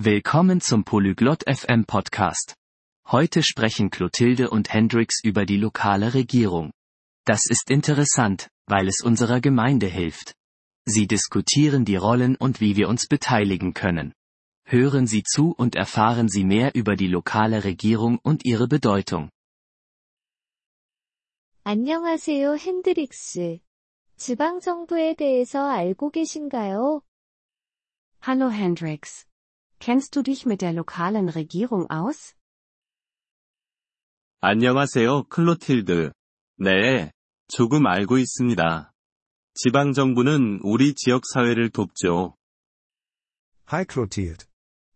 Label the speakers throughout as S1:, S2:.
S1: Willkommen zum Polyglot FM Podcast. Heute sprechen Clotilde und Hendrix über die lokale Regierung. Das ist interessant, weil es unserer Gemeinde hilft. Sie diskutieren die Rollen und wie wir uns beteiligen können. Hören Sie zu und erfahren Sie mehr über die lokale Regierung und ihre Bedeutung.
S2: 안녕하세요, 핸드릭스. 지방정부에 대해서 알고 계신가요?
S3: Hallo Hendrix. Kennst du dich mit der lokalen Regierung aus?
S4: 안녕하세요, 클로틸드. 네, 조금 알고 있습니다. 지방정부는 우리 지역사회를 돕죠.
S5: Hi Clotilde.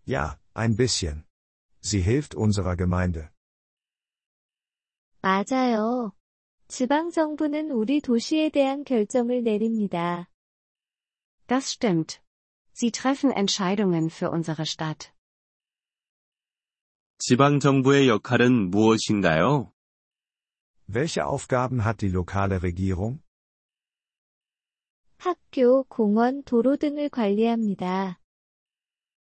S5: Ja, ein bisschen. Sie hilft unserer Gemeinde.
S2: 맞아요. 지방정부는 우리 도시에 대한 결정을 내립니다.
S3: Das stimmt. Sie treffen Entscheidungen für unsere Stadt.
S4: 지방정부의 역할은 무엇인가요?
S5: Welche Aufgaben hat die lokale Regierung?
S2: 학교, 공원, 도로 등을 관리합니다.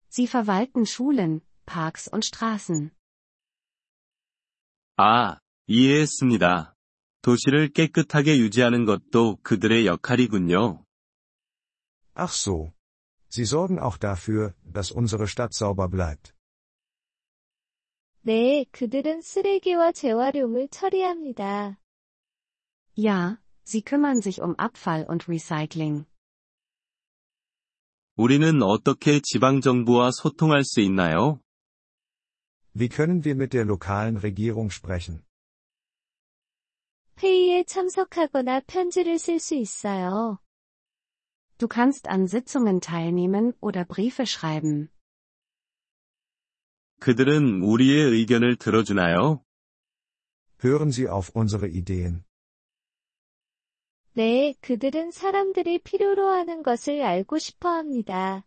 S3: Sie verwalten Schulen, Parks und Straßen.
S4: 아, 이해했습니다. 도시를 깨끗하게 유지하는 것도 그들의 역할이군요.
S5: Ach so. Sie sorgen auch dafür, dass unsere Stadt sauber bleibt.
S2: 네, 그들은 쓰레기와 재활용을 처리합니다.
S3: Ja, sie kümmern sich um Abfall und Recycling.
S4: 우리는 어떻게 지방정부와 소통할 수 있나요?
S5: Wie können wir mit der lokalen Regierung sprechen?
S2: 회의에 참석하거나 편지를 쓸 수 있어요.
S3: Du kannst an Sitzungen teilnehmen oder Briefe schreiben.
S4: 그들은 우리의 의견을 들어주나요?
S5: Hören Sie auf unsere Ideen.
S2: 네, 그들은 사람들이 필요로 하는 것을 알고 싶어 합니다.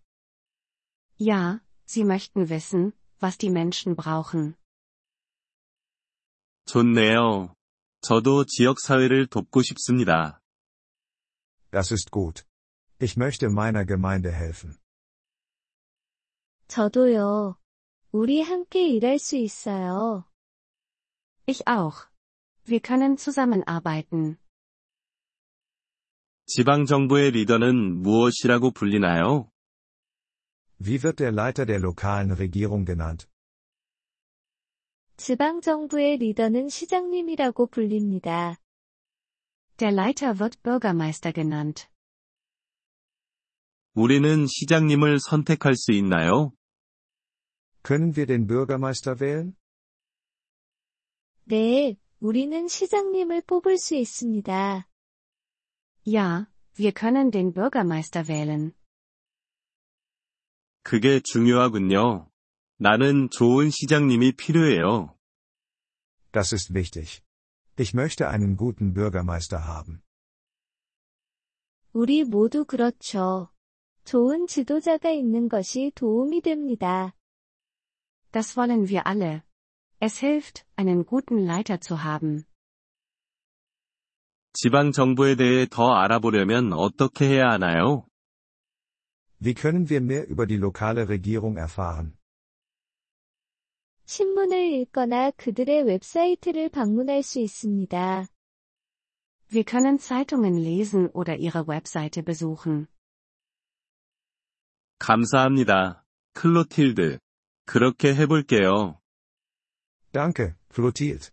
S3: Ja, sie möchten wissen, was die Menschen brauchen.
S4: 좋네요. 저도 지역사회를 돕고 싶습니다.
S5: Das ist gut. Ich möchte meiner Gemeinde helfen.
S2: 저도요. 우리 함께 일할 수 있어요.
S3: Ich auch. Wir können zusammenarbeiten.
S4: 지방정부의 리더는 무엇이라고 불리나요?
S5: Wie wird der Leiter der lokalen Regierung genannt?
S2: 지방정부의 리더는 시장님이라고 불립니다.
S3: Der Leiter wird Bürgermeister genannt.
S4: 우리는 시장님을 선택할 수 있나요?
S5: Können wir den Bürgermeister wählen?
S2: 네, 우리는 시장님을 뽑을 수 있습니다.
S3: Ja, wir können den Bürgermeister wählen.
S4: 그게 중요하군요. 나는 좋은 시장님이 필요해요.
S5: Das ist wichtig. Ich möchte einen guten Bürgermeister haben.
S2: 우리 모두 그렇죠. 좋은 지도자가 있는 것이 도움이 됩니다.
S3: Das wollen wir alle. Es hilft, einen guten Leiter zu haben.
S4: 지방정부에 대해 더 알아보려면 어떻게 해야 하나요?
S5: Wie können wir mehr über die lokale Regierung erfahren?
S2: 신문을 읽거나 그들의 웹사이트를 방문할 수 있습니다.
S3: Wir können Zeitungen lesen oder ihre Webseite besuchen.
S4: 감사합니다. 클로틸드. 그렇게 해볼게요.
S5: Danke, Clotilde.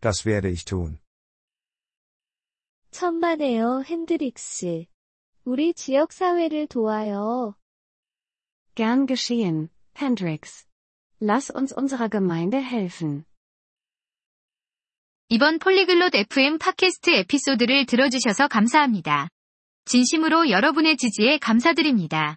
S5: Das werde ich tun.
S2: 천만에요, 핸드릭스. 우리 지역 사회를 도와요.
S3: Gern geschehen, Hendrix. Lass uns unserer Gemeinde helfen.
S6: 이번 폴리글롯 FM 팟캐스트 에피소드를 들어주셔서 감사합니다. 진심으로 여러분의 지지에 감사드립니다.